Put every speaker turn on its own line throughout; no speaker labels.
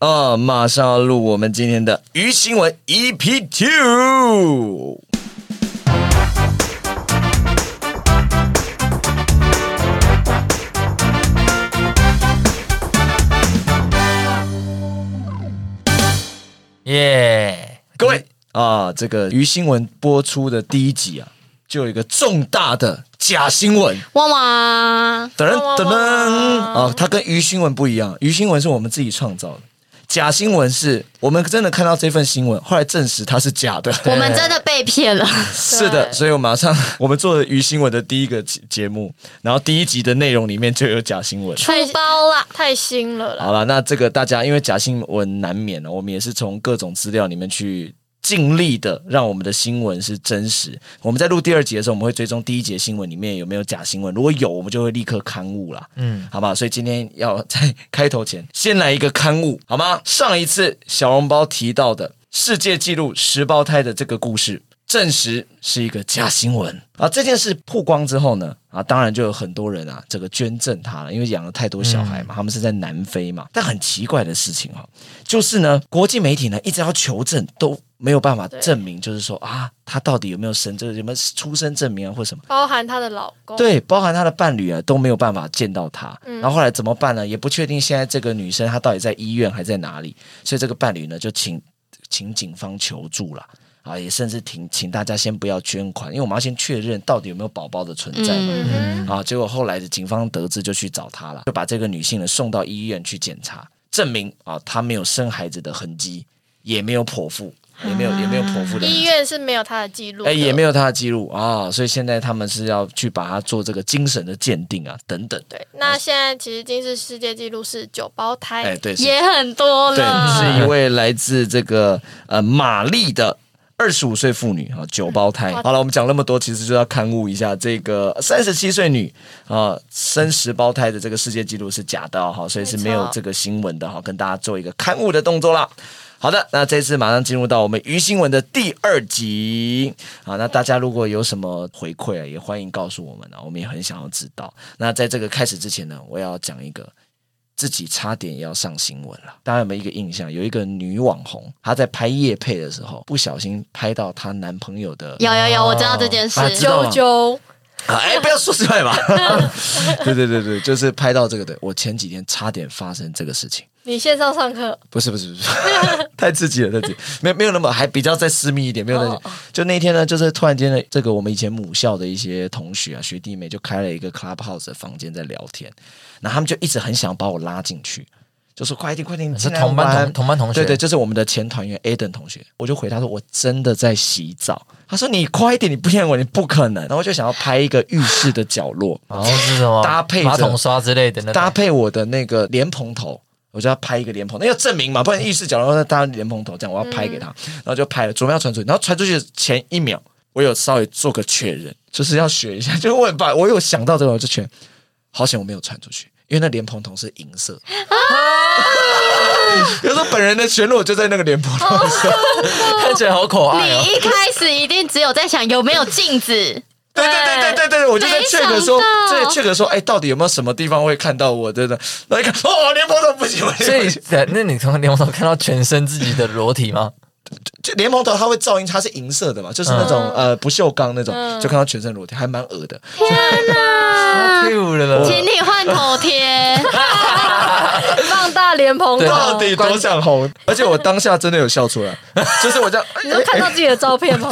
二，啊马上要录我们今天的鱼新闻 EP Two。
耶、
各位啊，这个鱼新闻播出的第一集啊，就有一个重大的假新闻。
汪汪，
噔噔噔啊，它跟鱼新闻不一样，鱼新闻是我们自己创造的。假新闻是我们真的看到这份新闻，后来证实它是假的。
我们真的被骗了。
是的，所以我马上 我们做了鱼新闻的第一个节节目，然后第一集的内容里面就有假新闻。
出包啦！
太新了啦！
好了，那这个大家因为假新闻难免哦呢，我们也是从各种资料里面去尽力的让我们的新闻是真实。我们在录第二节的时候，我们会追踪第一节新闻里面有没有假新闻，如果有，我们就会立刻刊物啦。嗯，好吧，所以今天要在开头前先来一个刊物，好吗？上一次小笼包提到的世界纪录十胞胎的这个故事。证实是一个假新闻啊！这件事曝光之后呢，啊，当然就有很多人啊，这个捐赠他了，因为养了太多小孩嘛，他们是在南非嘛。但很奇怪的事情哈、就是呢，国际媒体呢一直要求证，都没有办法证明，就是说啊，他到底有没有生，这个有没有出生证明啊，或什么。
包含她的老公，，
对，包含她的伴侣啊，都没有办法见到她。然后后来怎么办呢？也不确定现在这个女生她到底在医院还在哪里，所以这个伴侣呢就请请警方求助了。啊，也甚至请请大家先不要捐款，因为我们要先确认到底有没有宝宝的存在嘛。
嗯
啊，结果后来的警方得知就去找她了，就把这个女性呢送到医院去检查，证明啊她没有生孩子的痕迹，也没有剖腹，也没有、也没有剖腹
哼，
的痕迹
医院是没有她的记录的，
哎、也没
有
有他的记录啊，所以现在他们是要去把它做这个精神的鉴定啊，等等。
对。那现在其实今世世界纪录是九胞胎，
哎、对，是
也很多
对，
了，
是一位来自这个呃玛丽的。二十五岁妇女啊，九胞胎。好了，我们讲那么多，其实就要刊物一下这个三十七岁女啊、生十胞胎的这个世界纪录是假的哦哈、所以是没有
没错
这个新闻的哈、跟大家做一个刊物的动作啦。好的，那这次马上进入到我们鱼新闻的第二集啊。那大家如果有什么回馈啊，也欢迎告诉我们啊，我们也很想要知道。那在这个开始之前呢，我也要讲一个自己差点也要上新闻了。大家有没有一个印象？有一个女网红，她在拍夜配的时候，不小心拍到她男朋友的。
有有有，我知道这件事
啊，知道
啾啾，
啊哎，不要说出来嘛！对对对对，就是拍到这个的。我前几天差点发生这个事情，
你线上上课，
不是不是不 是，太刺激了，太刺激，没有没有那么，还比较再私密一点，没有那么。就那天呢，就是突然间呢，这个我们以前母校的一些同学啊、学弟妹就开了一个 clubhouse 的房间在聊天，然后他们就一直很想把我拉进去，就说快一点快一点，你
是
进来
同班
玩
同同班同学，
对对，就是我们的前团员 Aden 同学，我就回他说我真的在洗澡。他说你快一点，你不骗我，你不可能。然后我就想要拍一个浴室的角落，
然后是什么
搭配着
马桶刷之类的那种
搭配我的那个莲蓬头，我就要拍一个莲蓬，那要证明嘛，不然浴室角落搭莲蓬头这样，我要拍给他，
嗯
然后就拍了，准备要传出去，然后传出去的前一秒，我有稍微做个确认，就是要学一下，就是我把我有想到这个，我就确认，好险我没有传出去。因为那莲蓬头是银 色，比如说本人的全裸就在那个莲蓬头上，
看起来好可爱哦。
你一开始一定只有在想有没有镜子，
对对对对对对，我就在
没
check
哦
说
想，
在
到
check 说，哎，到底有没有什么地方会看到我真的？然后一看，哦，莲蓬头不行，我
所以，那你从联盟头看到全身自己的裸体吗？
就莲蓬头它会噪音，它是银色的嘛，就是那种、呃不锈钢那种，
嗯
就看到全身裸体，还蛮恶的。
啊
太酷了了！
请你换头 贴，
放大莲蓬
对
头
到，底多想红？而且我当下真的有笑出 来，就是我这样，
啊
哎
你都看到自己的照片 吗？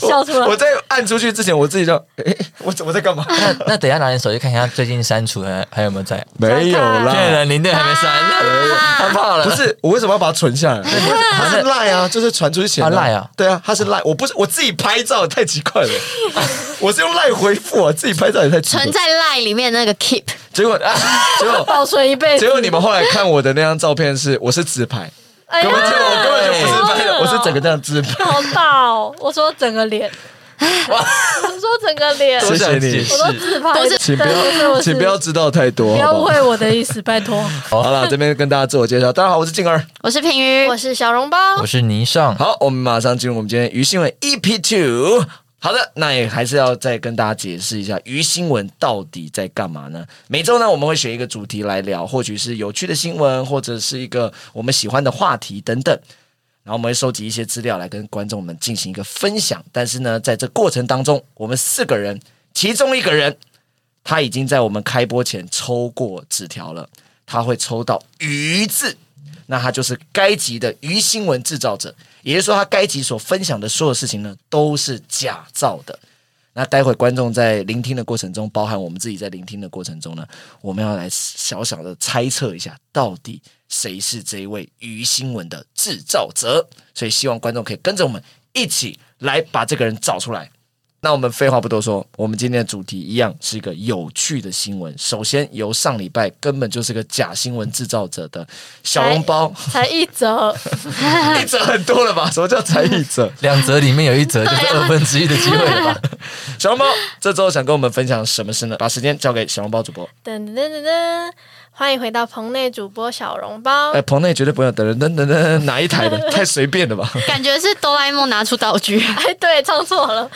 笑出
我我
来，
在按出去之前，我自己就，哎，我我在干 嘛？
那那等一下拿你手机看一下，最近删除还还有没有在？
没有
骗
啦，
人，零点还没删，
啊
害怕
不
了。
是我为什么要把它存 下来？它是赖啊，就是传出去前
啊赖啊，
对啊，它是赖，我不是我自己拍照太奇怪了， 我是用赖回复啊，自己拍照也太奇怪
存。在 line 里面那个 keep，
结果啊，结果
保存一辈子。
结果你们后来看我的那张照片是我是自拍。
哎呀，
根本就我根本就不是拍的，
哎
我是整个这样自拍。
好大哦！我说整个脸，我说整个脸，
谢谢你
我都自拍，
不 是
请不
对对对
要，
我是
请不要知道太多，
不要
好
误
不好？
会我的意思，拜托。
好了，这边跟大家自我介绍，大家好，我是静儿。
我是平鱼，
我是小笼包
我，是霓裳，
好，我们马上进入我们今天鱼新闻 EP E Two。好的，那也还是要再跟大家解释一下鱼新闻到底在干嘛呢？每周呢，我们会选一个主题来聊，或许是有趣的新闻，或者是一个我们喜欢的话题等等。然后我们会收集一些资料来跟观众们进行一个分享。但是呢，在这过程当中，我们四个人其中一个人他已经在我们开播前抽过纸条了，他会抽到“鱼”字，那他就是该集的鱼新闻制造者，也就是说，他该集所分享的所有事情呢，都是假造的。那待会观众在聆听的过程中，包含我们自己在聆听的过程中呢，我们要来小小的猜测一下，到底谁是这一位鱼新闻的制造者。所以希望观众可以跟着我们一起来把这个人找出来。那我们废话不多说，我们今天的主题一样是一个有趣的新闻。首先，由上礼拜根本就是个假新闻制造者的小笼包，
才一折，
一折很多了吧？什么叫才一折？
两折里面有一折 就是二分之一的机会 了吧？
小笼包这周想跟我们分享什么事呢？把时间交给小笼包主播。
噔噔噔噔噔，欢迎回到棚内主播小笼包
哎，，棚内绝对不要等等等等哪一台 的，太随便了吧？
感觉是哆啦 A 梦拿出道具。
哎， 对，唱错了。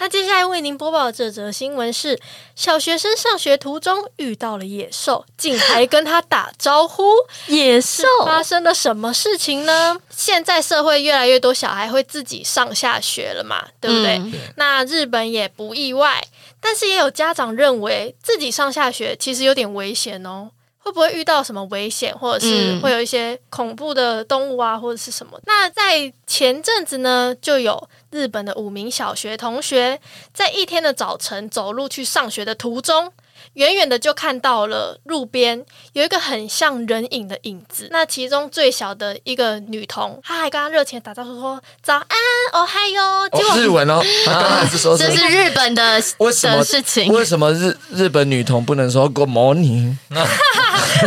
那接下来为您播报这则新闻是：小学生上学途中遇到了野兽，竟还跟他打招呼。
野兽
发生了什么事情呢？现在社会越来越多小孩会自己上下学了嘛，对不对？
嗯
那日本也不意外，但是也有家长认为自己上下学其实有点危险哦。会不会遇到什么危险，或者是
嗯
会有一些恐怖的动物啊，或者是什么？那在前阵子呢，就有日本的五名小学同学在一天的早晨走路去上学的途中，远远的就看到了路边有一个很像人影的影子。那其中最小的一个女童，她还跟她热情地打招呼说：“早安，哦嗨哟。”结果、啊
哦、日文哦，他刚才是说什
这
么？
是日本的
为什么
的事情，
为什么日日本女童不能说 Good morning？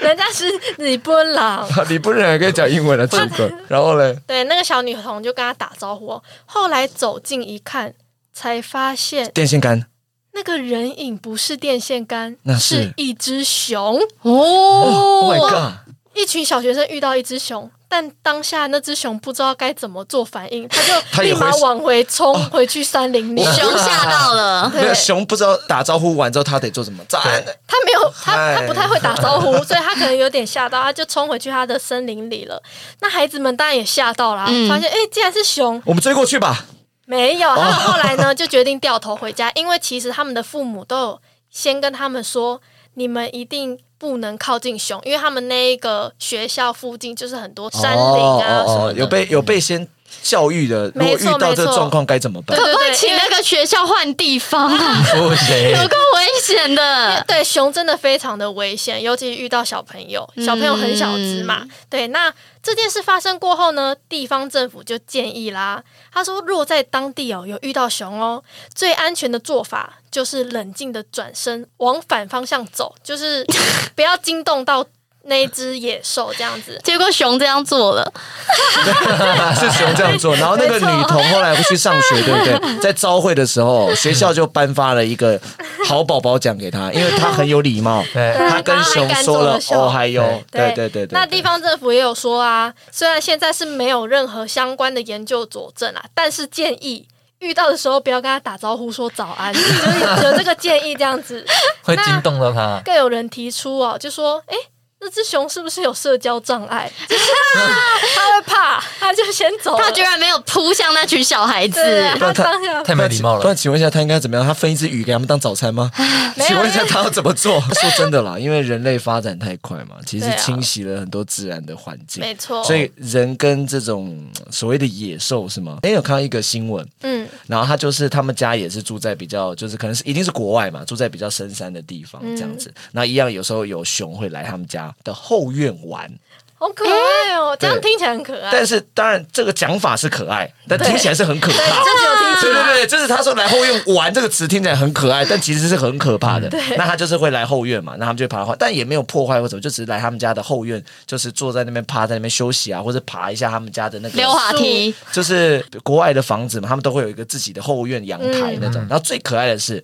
人家是日本郎。
你不能跟讲英文的主播。然后嘞，
对，那个小女童就跟她打招呼哦。后来走近一看，才发现
电线杆
那个人影不是电线杆，
那是
一只熊。
，Oh my
哦，
god！
一群小学生遇到一只熊，但当下那只熊不知道该怎么做反 应，他
它
就
也
立
会哦
马往回冲回去山林里。
熊吓到了，
那个
对
熊不知道打招呼完之后，他得做什么？早安。
他 没有，他
嗨
他不太会
哎
打招 呼，所以他可能有点吓到，他就冲回去他的森林里了。那孩子们当然也吓到了，
嗯
发现哎、诶竟然是熊，
我们追过去吧。
没
哦
有。他们后来呢，就决定掉头回家，因为其实他们的父母都有先跟他们说，你们一定不能靠近熊，因为他们那一个学校附近就是很多山林啊什么的。
哦有被有被先教育的，如果
没
遇
错
到这
没错
状况该怎么办
对？
可不可以请那个学校换地方啊？
不行，
有够危险的，
对，熊真的非常的危险，尤其遇到小朋友，小朋友很小只嘛。对，那这件事发生过后呢，地方政府就建议啦，他说如果在当地哦有遇到熊哦，最安全的做法就是冷静的转身往反方向走，就是 不要惊动到那一只野兽这样子。
结果熊这样做了，
是熊这样做，然后那个女童后来去上学，对不对？在招会的时候，学校就颁发了一个好宝宝奖给她，因为她很有礼 貌，
对，
她跟熊说了
对
哦嗨哟，对
对
对对对，
那地方政府也有说啊，虽然现在是没有任何相关的研究佐证啊，但是建议遇到的时候不要跟他打招呼说早安， 就是有这个建议这样子。
会惊动到他。
更有人提出哦，就说诶，那只熊是不是有社交障碍？ 就是 他会怕，他就先走了。
他居然没有扑向那群小孩子，
哦对，他
他
当下
太没礼貌
不
了，
然请问一下，她应该怎么样？她分一只鱼给他们当早餐吗？
没有
请问一下，她要怎么做？说真的啦，因为人类发展太快嘛，其实
对啊
侵袭了很多自然的环境，
没错，
所以人跟这种嗯所谓的野兽是吗？哎，有看到一个新闻，
嗯，
然后他就是他们家也是住在比较，就是可能是一定是国外嘛，住在比较深山的地方这样子。那一样有时候有熊会来他们家的后院玩，
好可爱哦，这样
对
听起来很可爱。
但是当然这个讲法是可爱，但听起来是很可
对，
怕。
这只有听起
对
来
对对，就是他说来后院玩这个词听起来很可爱，但其实是很可怕的。那他就是会来后院嘛，那他们就会爬花，但也没有破坏或什么，就只是来他们家的后院，就是坐在那边趴在那边休息啊，或者爬一下他们家的那个
溜滑梯，
嗯
就是国外的房子嘛，他们都会有一个自己的后院阳台那种。然后最可爱的是，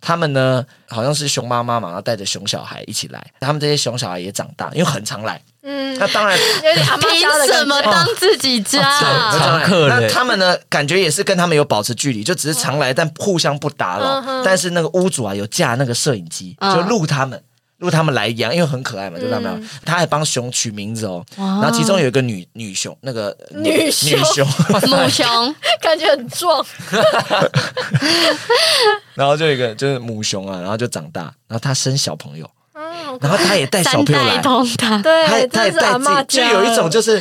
他们呢好像是熊妈妈嘛，然后带着熊小孩一起来，他们这些熊小孩也长大，因为很常来，
嗯，
那 当然。
有点阿妈
凭
家的
什
感
么
觉。
当自己
哦
很
家？
常来
常客
那
嘞
他们呢？感觉也是跟他们有保持距离，就只是常来，但互相不打
嗯
扰
哼。
但是那个屋主啊，有架那个摄影机，
嗯
就录他们，录他们来养，因为很可爱嘛，就他们来
嗯
养。他还帮熊取名字哦，
哇
然后其中有一个女女熊，那个
女熊
女熊，
母熊，
感觉很壮，
然后就有一个就是母熊啊，然后就长大，然后她生小 朋友，
嗯，
然后她也带小
三
朋友
代
来。
同
哎
堂。
她也
对，
她也
真的是
带
阿妈
自己，就
家了，
有一种就是，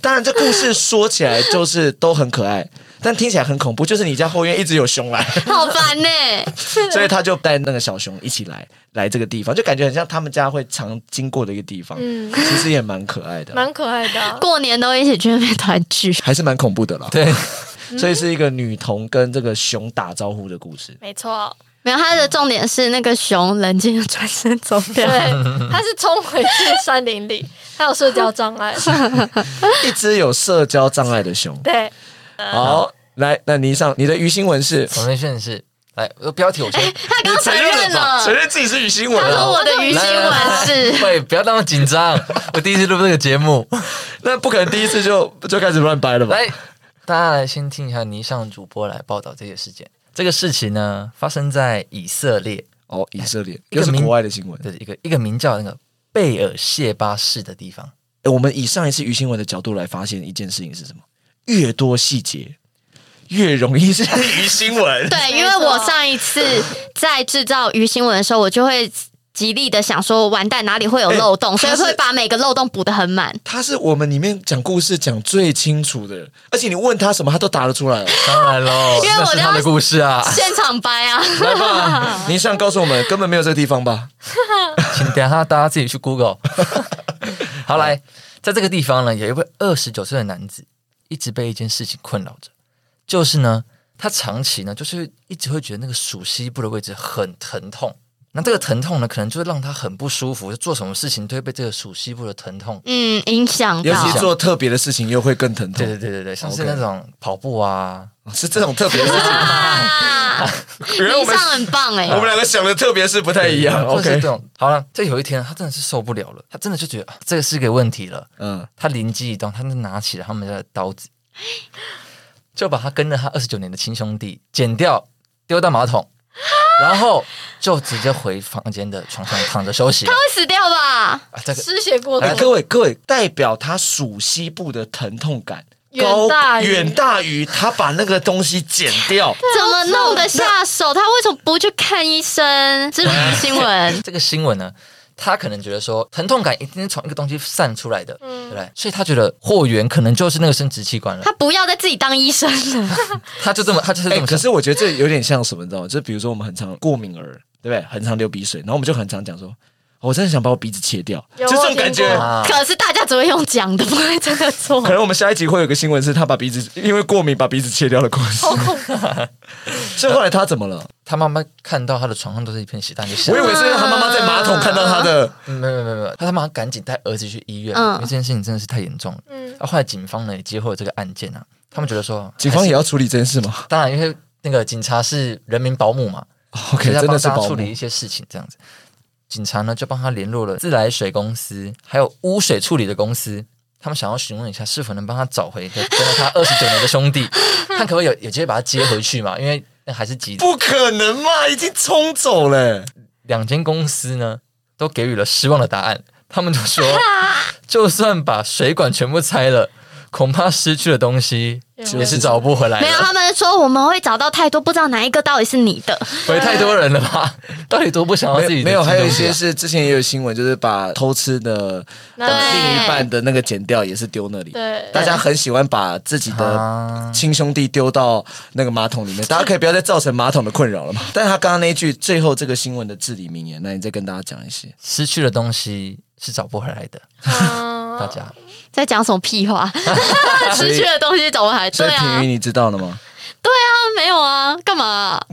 当然这故事说起来就是都很可爱，但听起来很恐怖，就是你家后院一直有熊 来，
好烦欸呢、
所以他就带那个小熊一起来来这个地方，就感觉很像他们家会常经过的一个地方，
嗯，
其实也蛮可爱的，
蛮可爱的啊。
过年都一起去那边团聚，
还是蛮恐怖的啦。
对，
所以是一个女童跟这个熊打招呼的故事。
没错，
没有它的重点是那个熊冷静的转身走
对啊
掉。，
他是冲回去山林里，他有社交障碍，
一只有社交障碍的熊。
对，
好，来，那你上你的鱼新闻是？
我们炫是来呃标题我 先。
他刚承认
吧
了，
承认自己是鱼新闻啊
他说
了。
我的鱼新闻是
喂，不要那么紧张， 我第一次录这个节目。
那不可能第一次就就开始乱掰了吧？
来，大家来先听一下霓裳主播来报道这些事件。这个事情呢，发生在以色列，
哦，以色列
一个
又是
民
国外的新闻。
对一个一个名叫那个贝尔谢巴市的地方。
诶我们以上一次鱼新闻的角度来发现一件事情是什么？越多细节，越容 易是鱼新闻。
对，
没
因为我
错
上一次在制造鱼新闻的时候，我就会极力的想说，完蛋哪里会有
哎
漏洞，所以
他是
会把每个漏洞补得很满。
他是我们里面讲故事讲最清楚的，而且你问他什么，他都答得出来 哦。
当然喽，
因为我
那是他
要
的故事啊，
现场掰啊！
来吧，您想告诉我们根本没有这个地方吧？
请等一下大家自己去 Google。好，来，在这个地方呢，有一位二十九岁的男子，一直被一件事情困扰着，就是呢，他长期呢，就是一直会觉得那个属膝部的位置很疼痛。那这个疼痛呢，可能就会让他很不舒服，就做什么事情都会被这个属膝部的疼痛。
嗯，影响
尤
到
其做特别的事情又会更疼
对对
痛，
对对对，像是
OK
那种跑步啊，
是这种特别的事情。
啊，
原来我
你
们
上很棒哎、
我们两个想的特别是不太一样。
或者是
OK，
这种。好了，这有一天他真的是受不了了，他真的就觉得、啊、这个是个问题了。
嗯，
他灵机一动，他就拿起了他们家的刀子，就把他跟了他二十九年的亲兄弟剪掉，丢到马桶，然后就直接回房间的床上躺着休息了。
会死掉吧？
啊，这个？
失血过
来
多，
各位各位，代表他属西部的疼痛感
远大于
远大于他把那个东西剪 掉。
怎么弄得下手？他为什么不去看医生？知不知新闻
这个新闻呢，他可能觉得说疼痛感一定是从一个东西散出来的，对不对？所以他觉得货源可能就是那个生殖器官了
他。不要再自己当医生了。
他就这么，他就是
哎、
这么
可
想。
是我觉得这有点像什么，你知道吗？就比如说我们很常过敏儿，对不对？很常流鼻水，然后我们就很常讲说，哦我真的想把我鼻子切掉，
有
就这
我
种
听
感觉。
过
啊，
可是大家只会用讲的，不会真的做
可。能我们下一集会有个新闻是他把鼻子因为过敏把鼻子切掉的故事
好，恐怖，
所以后来他怎么了？
他妈妈看到他的床上都是一片血，但就吓
我以
了。
为是因为他妈妈在马桶看到他 的，
嗯没有没有没有没有，他他妈赶紧带儿子去医院，
嗯
因为这件事情真的是太严重了。
嗯，
啊，后来警方呢也接获了这个案件啊，他们觉得说，
警方
还
也
是
要处理这件事吗
当然因为那个警察是人民保姆嘛
？OK，
所以要
真的
帮
是
大家
保
处理
姆
一。些事情这样子。警察呢就帮他联络了自来水公司，还有污水处理的公司，他们想要询问一下是否能帮他找回跟跟了他二十九年的兄弟， 看可不可以有有机会把他接回去嘛？因为那还是急。
不可能嘛，已经冲走了。
两间公司呢都给予了失望的答案，他们就说，就算把水管全部拆了，恐怕失去的东西
就是
也是找不回来
没有，
了。
他们说我们会找到太多，不知道哪一个到底是你的。
回太多人了吧？ 到底多不想要哦自己的
没有，
亲
还有一
兄弟
些
啊
是之前也有新闻，就是把偷吃的
对
呃另一半的那个剪掉，也是丢那里。
对
大家很喜欢把自己的
啊
亲兄弟丢到那个马桶 里面，大家可以不要再造成马桶的困扰了嘛。但是他刚刚那一句最后这个新闻的至理名言，那你再跟大家讲一 些。
失去的东西是找不回来的。
哦
嗯
大家
在讲什么屁话？失去的东西怎么还
所
对
以
啊
品瑜，？你知道了吗？
没有啊，干嘛啊、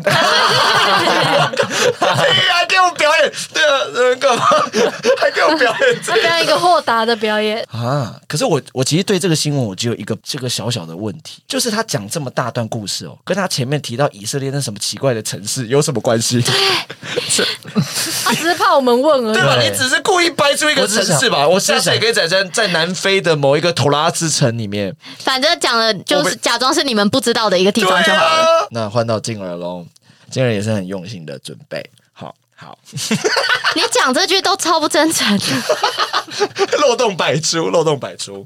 还啊给我表演，对啊，呃干嘛？ 还给我表演
这样一个豁达的表演，
啊！可是我我其实对这个新闻我只有一个这个小小的问题，就是他讲这么大段故事哦，跟他前面提到以色列那什么奇怪的城市有什么关系？
他只是怕我们问而
啊对
已。
吧？
对
你只是故意掰出一个
我只
城
是想
市吧？我
只
下
是
次也
想
可以在在在南非的某一个图拉之城里面，
反正讲的就
我
是
被
假装是你们不知道的一个地
对
方就好了。
啊、那换到静儿喽，静儿也是很用心的准备。好好，啊
你讲这句都超不真诚的。
漏洞百出，漏洞百出。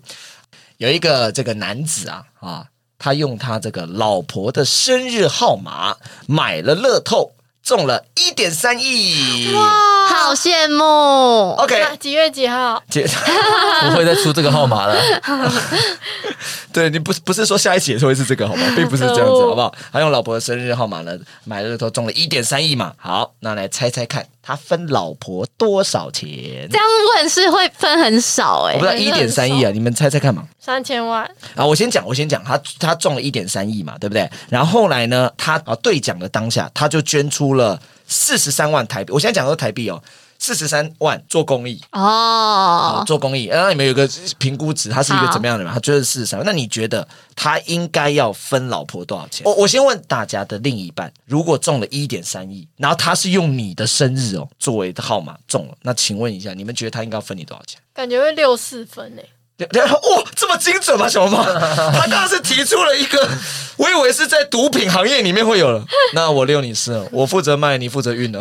有一个这个男子啊啊，他用他这个老婆的生日号码买了乐透，中了一点三亿。啊
好羡慕。
那
OK，
几月几号？
姐，
不会再出这个号码了。
对你不是不是说下一期也是会是这个好吗？并不是这样
可
子
恶
好不好？他用老婆的生日号码呢买了乐透，中了一点三亿嘛。好，那来猜猜看，他分老婆多少钱
这？样问是会分很少哎、
我不知道一点三亿啊，你们猜猜看嘛。
三千万，
啊，我先讲，我先讲，他他中了一点三亿嘛，对不对？然后后来呢，他啊兑奖的当下，他就捐出了四十三万台币，我现在讲的都是台币哦，四十三万做公益。啊，
哦，
做公益，让你们有一个评估值，他是一个
好
怎么样的人？他捐了四十三万，那你觉得他应该要分老婆多少钱？我我先问大家的另一半，如果中了一点三亿，然后他是用你的生日哦作为号码中了，那请问一下，你们觉得他应该要分你多少钱？
感觉会六四分欸诶、
然后哇，这么精准吗？小 猫，他刚刚是提出了一个，我以为是在毒品行业里面会有 了。那我六你四哦，我负责卖，你负责 运哦。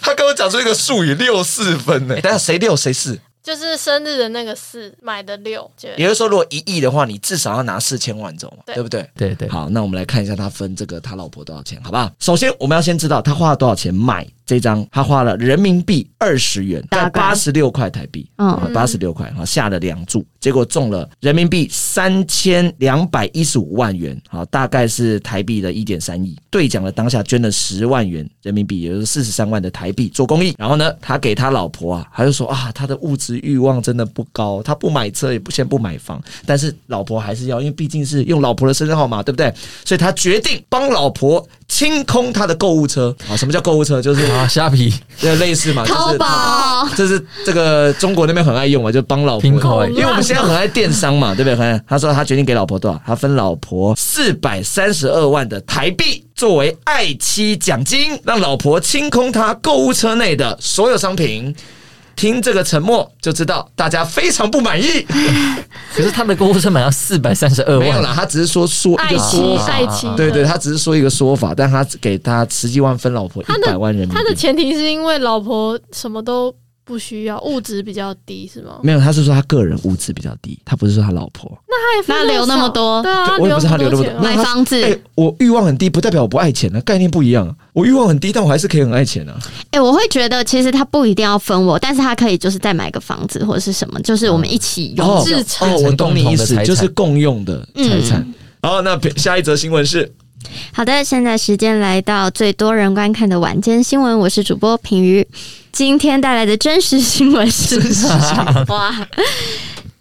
他跟我讲出一个术语六四分呢，等下哎谁六谁四？
就是生日的那个四买的六，觉
也
得
就是说，如果一亿的话，你至少要拿四千万走嘛，
对
对不对？
对对，
好，那我们来看一下他分这个他老婆多少钱，好不好？首先，我们要先知道他花了多少钱买这张，他花了人民币二十元，在
大概
八十六块台币，啊
嗯
八十六块，好下了两注，结果中了人民币三千两百一十五万元，好，大概是台币的一点三亿。兑奖的当下捐了十万元人民币，也就是四十三万的台币做公益。然后呢，他给他老婆啊，他就说啊，他的物质欲望真的不高，他不买车，也不先不买房，但是老婆还是要，因为毕竟是用老婆的生日号码，对不对？所以他决定帮老婆清空他的购物车。啊，什么叫购物车？就是
啊，虾皮
呃类似嘛，就是
淘宝
这是这个中国那边很爱用嘛，就帮老婆，
拼口欸
因为我们现在很爱电商嘛，对不对？很爱他说他决定给老婆多少，他分老婆四百三十二万的台币作为爱妻奖金，让老婆清空他购物车内的所有商品。听这个沉默就知道大家非常不满 意。
可是他们的购物车买到四百三十二
没有
万，
啦，他只是说说一
爱
个
妻
说法，
爱妻，
啊对对，他只是说一个说法，但他给他十几万分老婆
他
一
的
百万人民币。
他的前提是因为老婆什么都不需要，物质比较低是吗？
没有，他是说他个人物质比较低，他不是说他老婆。
那还
那留那么多
对啊，
我也不是他留那么
钱
多，
啊
那
买
他
房子
哎、我欲望很低，不代表我不爱钱啊，概念不一样啊。我欲望很低，但我还是可以很爱钱啊。
哎、我会觉得其实他不一定要分我，但是他可以就是再买个房子或者是什么，就是
嗯
我们一起拥有。嗯
哦，我懂你意
共同的
思
财，产
就是共用的财产。好，那下一则新闻是
好的，现在时间来到最多人观看的晚间新闻，我是主播平瑜。今天带来的真实新闻是哇，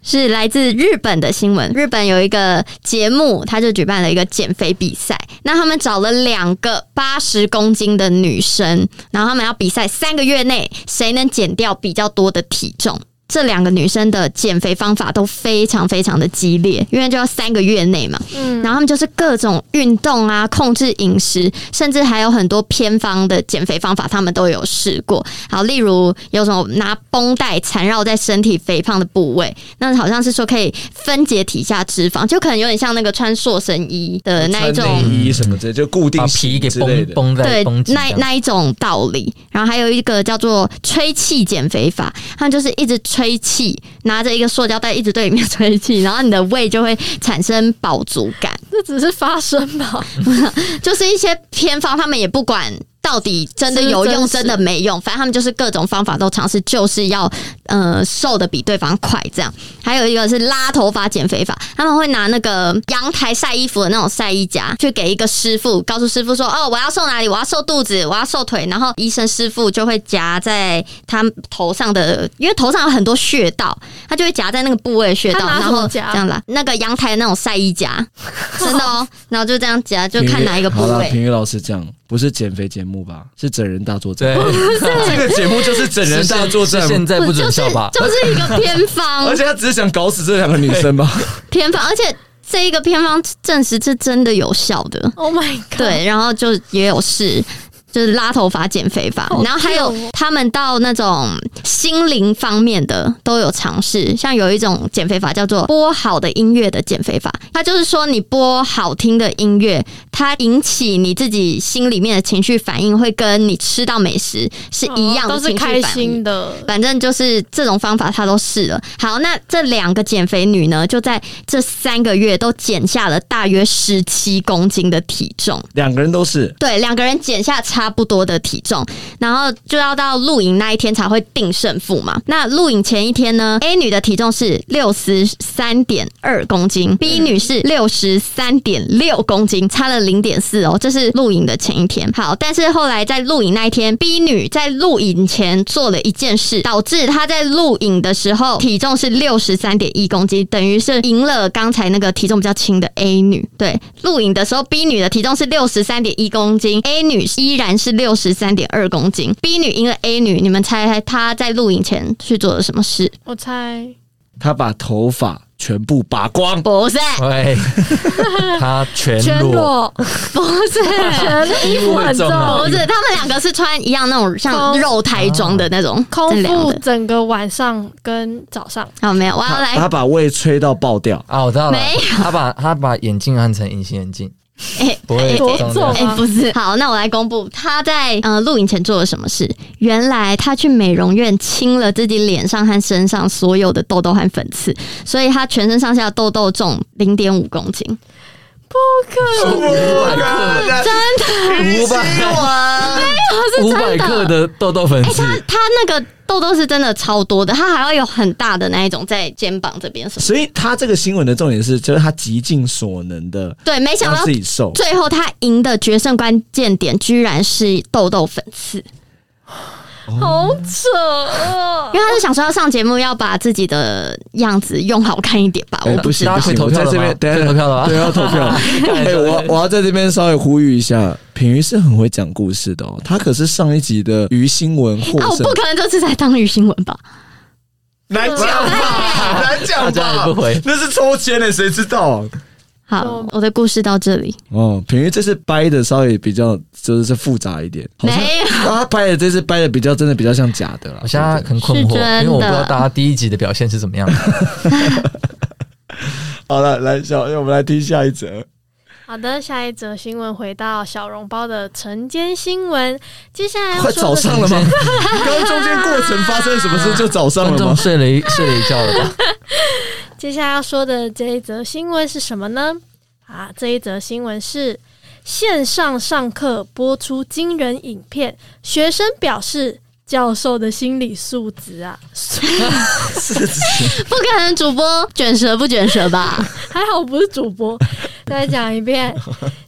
是来自日本的新闻。日本有一个节目，他就举办了一个减肥比赛。那他们找了两个八十公斤的女生，然后他们要比赛三个月内谁能减掉比较多的体重。这两个女生的减肥方法都非常非常的激烈，因为就要三个月内嘛。
嗯，
然后他们就是各种运动啊，控制饮食，甚至还有很多偏方的减肥方法，他们都有试过。好，例如有种拿绷带缠绕在身体肥胖的部位，那好像是说可以分解体下脂肪，就可能有点像那个穿塑身衣的那一种
穿内衣什么之类，就固定
把
型
皮给
之类
绷
的。
绷在
对
绷，紧这
那
样。
那一种道理。然后还有一个叫做吹气减肥法，他们就是一直吹气，拿着一个塑胶袋一直对里面 吹气，然后你的胃就会产生饱足感。
这只是发生吧，
就是一些偏方，他们也不管到底真的
是不是
有用，
真实
真的没用，反正他们就是各种方法都尝试，就是要呃瘦的比对方快这样。还有一个是拉头发减肥法，他们会拿那个阳台晒衣服的那种晒衣夹去给一个师傅，告诉师傅说：“哦，我要瘦哪里？我要瘦肚子，我要瘦腿。”然后医生师傅就会夹在他头上的，因为头上有很多穴道，他就会夹在那个部位的穴道，
他拿
然
什么
后这
夹
样啦，那个阳台的那种晒衣夹，真的哦，然后就这样夹，就看哪一个部
好啦
位。
平宇老师讲，不是减肥节目吧？是整人大作战。
对，
这个节目就是整人大作战
是，现在不准
就是
笑吧？
就是一个偏 方，
而且他只是想搞死这两个女生吧？
偏方，而且这一个偏方证实是真的有效的。
Oh my god！，
对，然后就也有试，就是拉头发减肥法
好，
然后还有
酷哦
他们到那种心灵方面的都有尝试，像有一种减肥法叫做播好的音乐的减肥法，它就是说你播好听的音乐，它引起你自己心里面的情绪反应会跟你吃到美食是一样的
哦啊都
情
是
绪反
开
应，
心的。
反正就是这种方法，她都试了。好，那这两个减肥女呢，就在这三个月都减下了大约十七公斤的体重。
两个人都是，
对，两个人减下差不多的体重，然后就要到录影那一天才会定胜负嘛。那录影前一天呢，A 女的体重是六十三点二公斤，B 女是六十三点六公斤，差了零点四哦。这是录影的前一天。好，但是后来在录影那一天，B 女在录影前做了一件事，导致她在录影的时候体重是六十三点一公斤，等于是赢了刚才那个体重比较轻的 A 女。对，录影的时候 B 女的体重是六十三点一公斤，A 女依然是六十三点二公斤，B 女赢了 A 女。你们猜猜她在录影前去做了什么事？
我猜
他把头发全部拔光，
不是。
对，他全
全
裸，
裸不是，
衣服很重，
因为重啊
不是，他们两个是穿一样那种像
空
肉台装的那种，这
空
两
腹
个
整个晚上跟早上，
好，没有，我要
他
来
他把胃吹到爆掉，
啊，我知道了
没有，
他把他把眼镜换成隐形眼镜，
哎
不会
多
脏
重
掉
啊
哎、不是，好，那我来公布他在呃录影前做了什么事。原来他去美容院清了自己脸上和身上所有的痘痘和粉刺，所以他全身上下痘痘重零点五公斤。
五百克五百
是
五
真
百
的
克的痘痘粉刺，
哎他那个痘痘是真的超多的，他还要有很大的那一种在肩膀这边什么。
所以他这个新闻的重点是，就是他极尽所能的
对，没想
让
到
自己瘦。
最后他赢的决胜关键点居然是痘痘粉刺，
好扯哦
因为他就想说要上节目要把自己的样子用好看一点吧。
哎
我
不行
大
不
家可
行，
以投
我
票
在
了
这
吗
边，
可以投票了吗
对，要投票。哎，我我要在这边稍微呼吁一下，品瑜是很会讲故事的哦，他可是上一集的鱼新闻获
啊，我
胜
不，可能这次才当鱼新闻吧？
难讲吧，难
大
讲
家也
吧
不，回。
那是抽签的，谁知道？
好
就，
我的故事到这里，
哦，品瑜这次掰的稍微比较就是是复杂一点，好像
没有
啊他掰的这次掰的比较真的比较像假的了。
我现在
对不对
很困惑
是真，的
因为我不知道大家第一集的表现是怎么样的。
好了，来小，我们来听下一则。
好的，下一则新闻回到小笼包的晨间新闻，接下来要
快
说
早
的是
上了吗？刚刚中间过程发生了什么事？就早上
观
了
众
吗？
睡了一睡了一觉了 吧？
接下来要说的这一则新闻是什么呢？啊，这一则新闻是线上上课播出惊人影片，学生表示教授的心理素质啊，
不可能主播卷舌不卷舌吧？
还好不是主播。再讲一遍，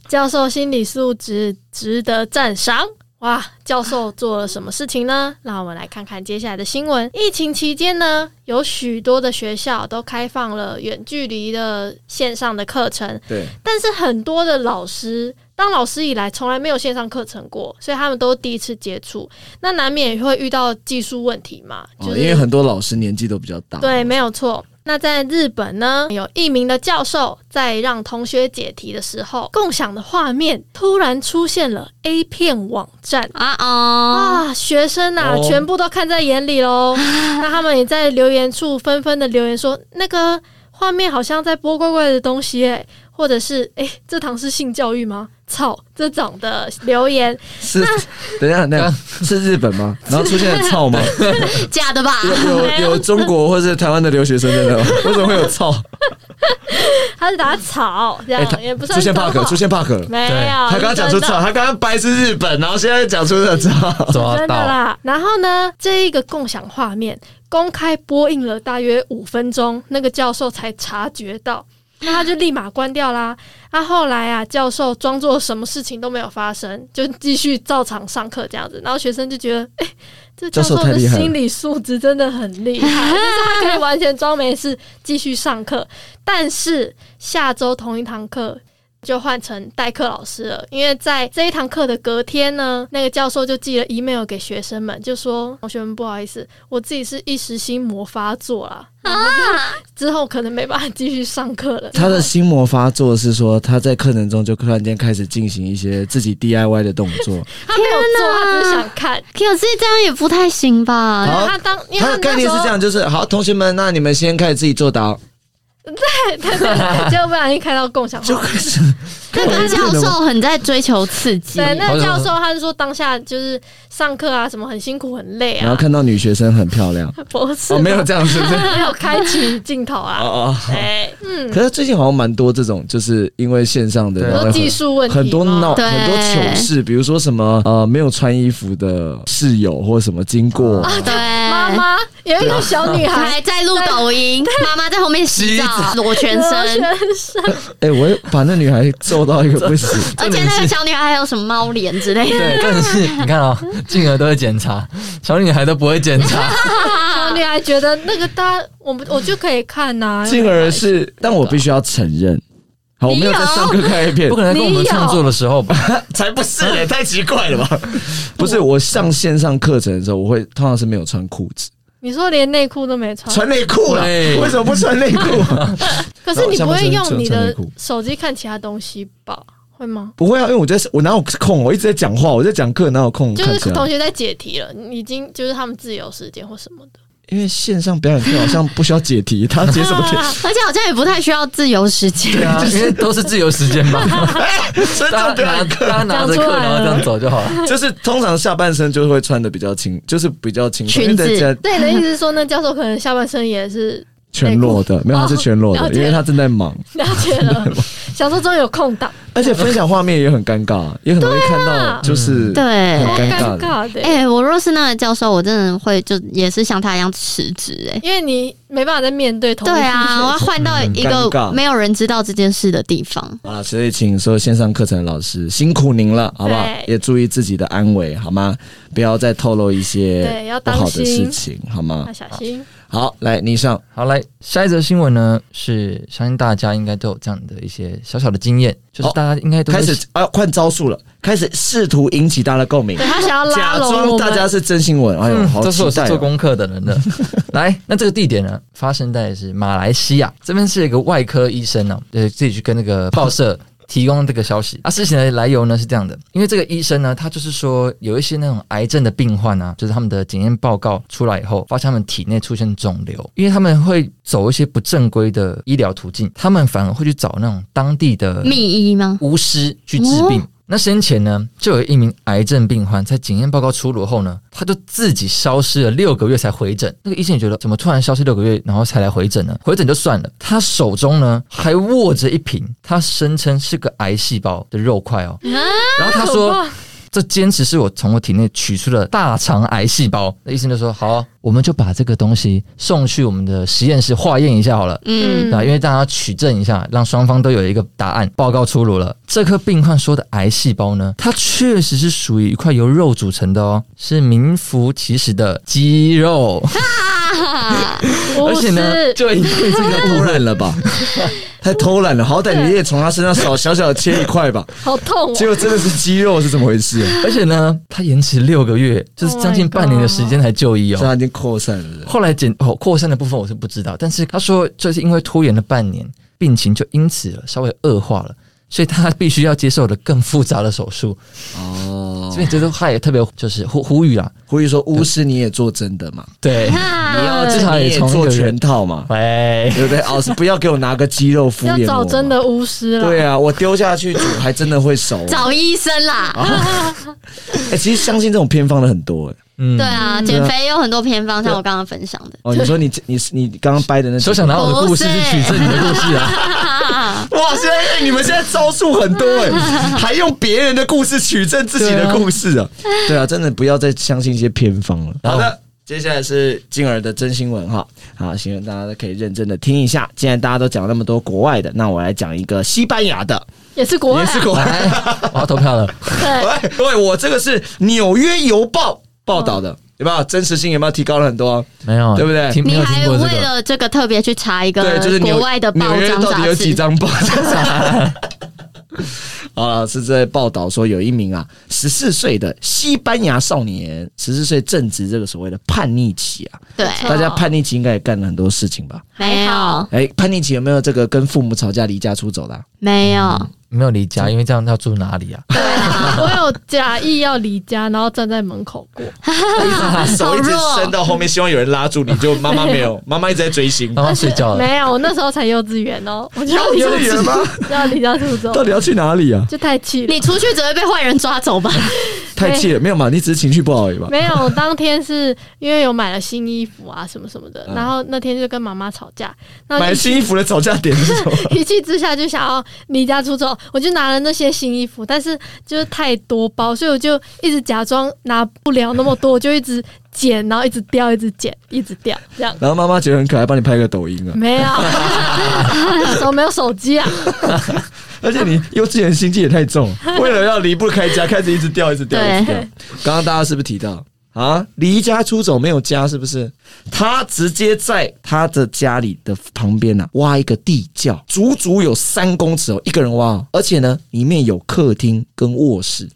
教授心理素质值得赞赏。哇，教授做了什么事情呢？让我们来看看接下来的新闻。疫情期间呢，有许多的学校都开放了远距离的线上的课程，
对，
但是很多的老师当老师以来从来没有线上课程过，所以他们都第一次接触，那难免也会遇到技术问题嘛，就
哦，
是、
因为很多老师年纪都比较大。
对，没有错。那在日本呢，有一名的教授在让同学解题的时候，共享的画面突然出现了 A 片网站。
啊哦，
啊，学生呐、
哦
全部都看在眼里喽。
啊
那他们也在留言处纷纷的留言说，那个画面好像在播怪怪的东西、欸，或者是哎、这堂是性教育吗？操，这种的留言，
是，等一下，那是日本吗？然后出现了 操吗？
假的吧？
有有有中国或是台湾的留学生在那吗？为什么会有操？
他是打草，这
哎他
样也不算
出现
脏话
bug，出现 bug 了。
没
对
有？
他刚刚讲出
真的
草，他刚刚掰是日本，然后现在讲出的草。
抓
真的
到
啦。然后呢，这一个共享画面公开播映了大约五分钟，那个教授才察觉到，那他就立马关掉啦。那、后来啊，教授装作什么事情都没有发生，就继续照常上课这样子。然后学生就觉得，哎、这
教
教
授
授
太
的
厉害了
心理素质真的很厉 害，就是他可以完全装没事继续上课。但是下周同一堂课就换成代课老师了，因为在这一堂课的隔天呢，那个教授就寄了 email 给学生们，就说：“哦同学们，不好意思，我自己是一时心魔发作啦，
啊
然后就之后可能没办法继续上课了。”
他的心魔发作是说，他在课程中就突然间开始进行一些自己 DIY 的动 作。
他没有
天哪
做，他只是想看。
可是这样也不太行 吧？
好
他当因为
他的
那
概念是
时候
这 样，就是好，同学们，那你们先开始自己做答，
结果不小心看到共享
就
画面。
开始。
那个教授很在追求刺激，
对，那个教授他就说当下就是上课啊，什么很辛苦很累
然后
啊，
看到女学生很漂亮，
博士
哦，没有这样是不是？
没有开启镜头啊，
哦哦。
哎，嗯，
可是最近好像蛮多这种，就是因为线上的
对
然后
很多
很
技术问题吗，
很多闹
对
很多糗事，比如说什么呃没有穿衣服的室友或什么经过，
啊，对，
妈妈有一个小女孩
还在录抖音，妈妈在后面洗澡，裸哎全身，
哎、我会把那女孩揍到一个不行。
而且那个小女孩还有什么猫脸之类的，
对，但是你看 哦，静儿都会检查，小女孩都不会检查，
小女孩觉得那个大家，我们我就可以看呐、
进而是，但我必须要承认，好，我没有在上课看 A 片
不，可能跟我们
你有
创作的时候吧？
才不是、也太奇怪了吧？啊不是，我上线上课程的时候，我会通常是没有穿裤子，
你说连内裤都没穿，
哦穿内裤了，
对
为什么不穿内裤、然后下半身只有穿
可是你不会用你
内
的
裤
手机看其他东西吧？会吗？
不会啊，因为我在，我哪有空？我一直在讲话，我在讲课，哪有空
就
看起
是同
来？
学在解题了，你已经就是他们自由时间或什么 的。
因为线上表演课好像不需要解题，他解什 么题？
而且好像也不太需要自由时
对
间。
啊，因为都是自由时间嘛，
所以这种
大家
表
拿
演
大
课
家拿着
讲出
课，
来
然后这样走就好了。
就是通常下半身就会穿的比较轻，就是比较轻松，因为
裙子
在家
对，你的意思是说，那教授可能下半身也是
全裸的，没有，他是全裸
哦
的，
了解
因为他正在忙。
了解了，想说终于有空档，
而且分享画面也很尴尬，也很容易看
啊
到，就是
对
很，尴
尴
尬的。
尬的、
哎、我若是那个教授，我真的会就也是像他一样辞职哎。
因为你没办法再面对同一
对
批学
啊，
生
我要换到一
嗯很尴尬
个没有人知道这件事的地方。
好了，啊所以请所有线上课程的老师辛苦您了，好不好？
对
也注意自己的安危，好吗？不要再透露一些
对要
不
当
好的
心哎
事情，好吗
要？小心。
好，来，你上
好，来下一则新闻呢，是相信大家应该都有这样的一些小小的经验，就是
哦
大家应该都会
开始啊，换招数了，开始试图引起大家的共鸣
对，他想要 拉
假
拢
装
我
大
们，
家是真新闻，哎呦，好
这嗯是
期
我是
待
做
哦！
功课的人 了。来，那这个地点呢，发生在是马来西亚，这边是一个外科医生呢、呃，自己去跟那个报社提供这个消息。啊，事情的来由呢是这样的，因为这个医生呢，他就是说有一些那种癌症的病患啊，就是他们的检验报告出来以后，发现他们体内出现肿瘤，因为他们会走一些不正规的医疗途径，他们反而会去找那种当地的
密医吗？
巫师去治病。那先前呢，就有一名癌症病患在检验报告出炉后呢，他就自己消失了六个月才回诊。那个医生也觉得，怎么突然消失六个月，然后才来回诊呢？回诊就算了，他手中呢还握着一瓶他声称是个癌细胞的肉块哦。然后他说，这坚持是我从我体内取出的大肠癌细胞。那医生就说，好，我们就把这个东西送去我们的实验室化验一下好了。
嗯，
嗯
对、啊，因为大家取证一下，让双方都有一个答案。报告出炉了，这颗病患说的癌细胞呢，它确实是属于一块由肉组成的哦，是名副其实的肌 肉，
不
而且呢，
是
就因为这个
太偷懒了吧？ 太偷懒了，好歹你也从他身上少小小的切一块 吧。
好痛哦
结。果真的是肌肉是怎么回 事？
而且呢，他延迟六个月，就是将近
Oh my
半年的时间才就医哦。
所以他已经扩散了。
后来检哦扩散的部分我是不知道，但是他说就是因为拖延了半年，病情就因此了稍微恶化了，所以他必须要接受了更复杂的手术。
哦
这边觉得他也特别就是呼呼 吁啦，啊
呼吁说巫师你也做真的嘛，
对，
你要
啊
至少
你
也
也
从一个
做
人
全套嘛，
喂，
对不 对？老师不要给我拿个肌肉敷
要
衍
找
我，
真。的巫师了。
对啊，我丢下去煮还真的会熟。
找医生啦，
啊哎、其实相信这种偏方的很多哎、
嗯
对，啊，减肥有很多偏方，像我刚刚分享的。
哦，你说你你你刚刚掰的那几
休
个
想拿我的故事去取证你的故事 啊！
哇，现在、哎你们现在招数很多哎、还用别人的故事取证自己的故事啊？对啊，真的不要再相信一些偏方了。
好
好的。接下来是静儿的真新闻哈，好，希望大家可以认真的听一下。既然大家都讲了那么多国外的，那我来讲一个西班牙的，
也是国外、
也
啊
是，国外。
来，我要投票了，
对，
喂，喂，哎我这个是《纽约邮报》报道
嗯
的，有没有真实性？有没有提高了很多啊？
没有，
对不对
听没
你
有听
还
过这
为
个？
了这个特别去查一
对，
个
就是纽
国外的报
纽约
章
到底
杂
有几
志，
张报 章？好了，是在报道说有一名啊十四岁的西班牙少年，十四岁正值这个所谓的叛逆期啊，
对，
错
大家叛逆期应该也干了很多事情吧？
没有
哎，叛逆期有没有这个跟父母吵架离家出走的啊、
没有，
没有离家，因为这样要住哪里啊？
我有假意要离家，然后站在门口过，
手一直
哎好
伸
弱
到后面，希望有人拉住你，就妈妈没 有，妈妈一直在追星
妈。妈睡觉了，
没有，我那时候才幼稚园哦，我就要
幼稚园吗？
啊
要离家出走，
到底要去哪里啊？
就太气了。
你出去只会被坏人抓 走吧？
太气了，没有嘛？你只是情绪不好而已吧？
没有，我当天是因为有买了新衣服啊，什么什么的，
嗯
然后那天就跟妈妈吵架，然后
买
一
新衣服的吵架点是什么？
一气之下就想要离家出走，我就拿了那些新衣服，但是就是太多包，所以我就一直假装拿不了那么多，我就一直捡，然后一直掉，一直捡，一直掉，这 样
然后妈妈觉得很可爱，帮你拍个抖音啊。
没有， 那时候没有手机啊，
而且你幼稚园心机也太 重，为了要离不开家，开始一直掉，一直掉，
对
一直掉。刚刚大家是不是提到啊？离家出走没有家，是不是？他直接在他的家里的旁边啊，挖一个地窖，足足有三公尺哦，一个人挖哦，而且呢，里面有客厅跟卧 室。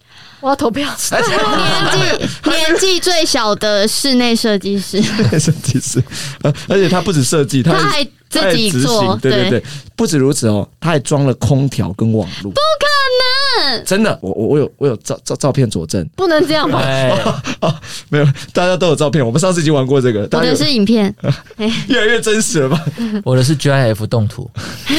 我要投票，
而且
年纪年纪最小的室内设计 师，
设计师，呃而且他不止设计，他
他还自己
他也执
做
行对对对。不止如此哦，他还装了空调跟网络。不可能！真的，我我我有我有照照照片佐证，
不能这样吧？
哎，
啊，没有，大家都有照片，我们上次已经玩过这个，
我
大家有
的是影片，
越来越真实了吧？
我的是 GIF 动图，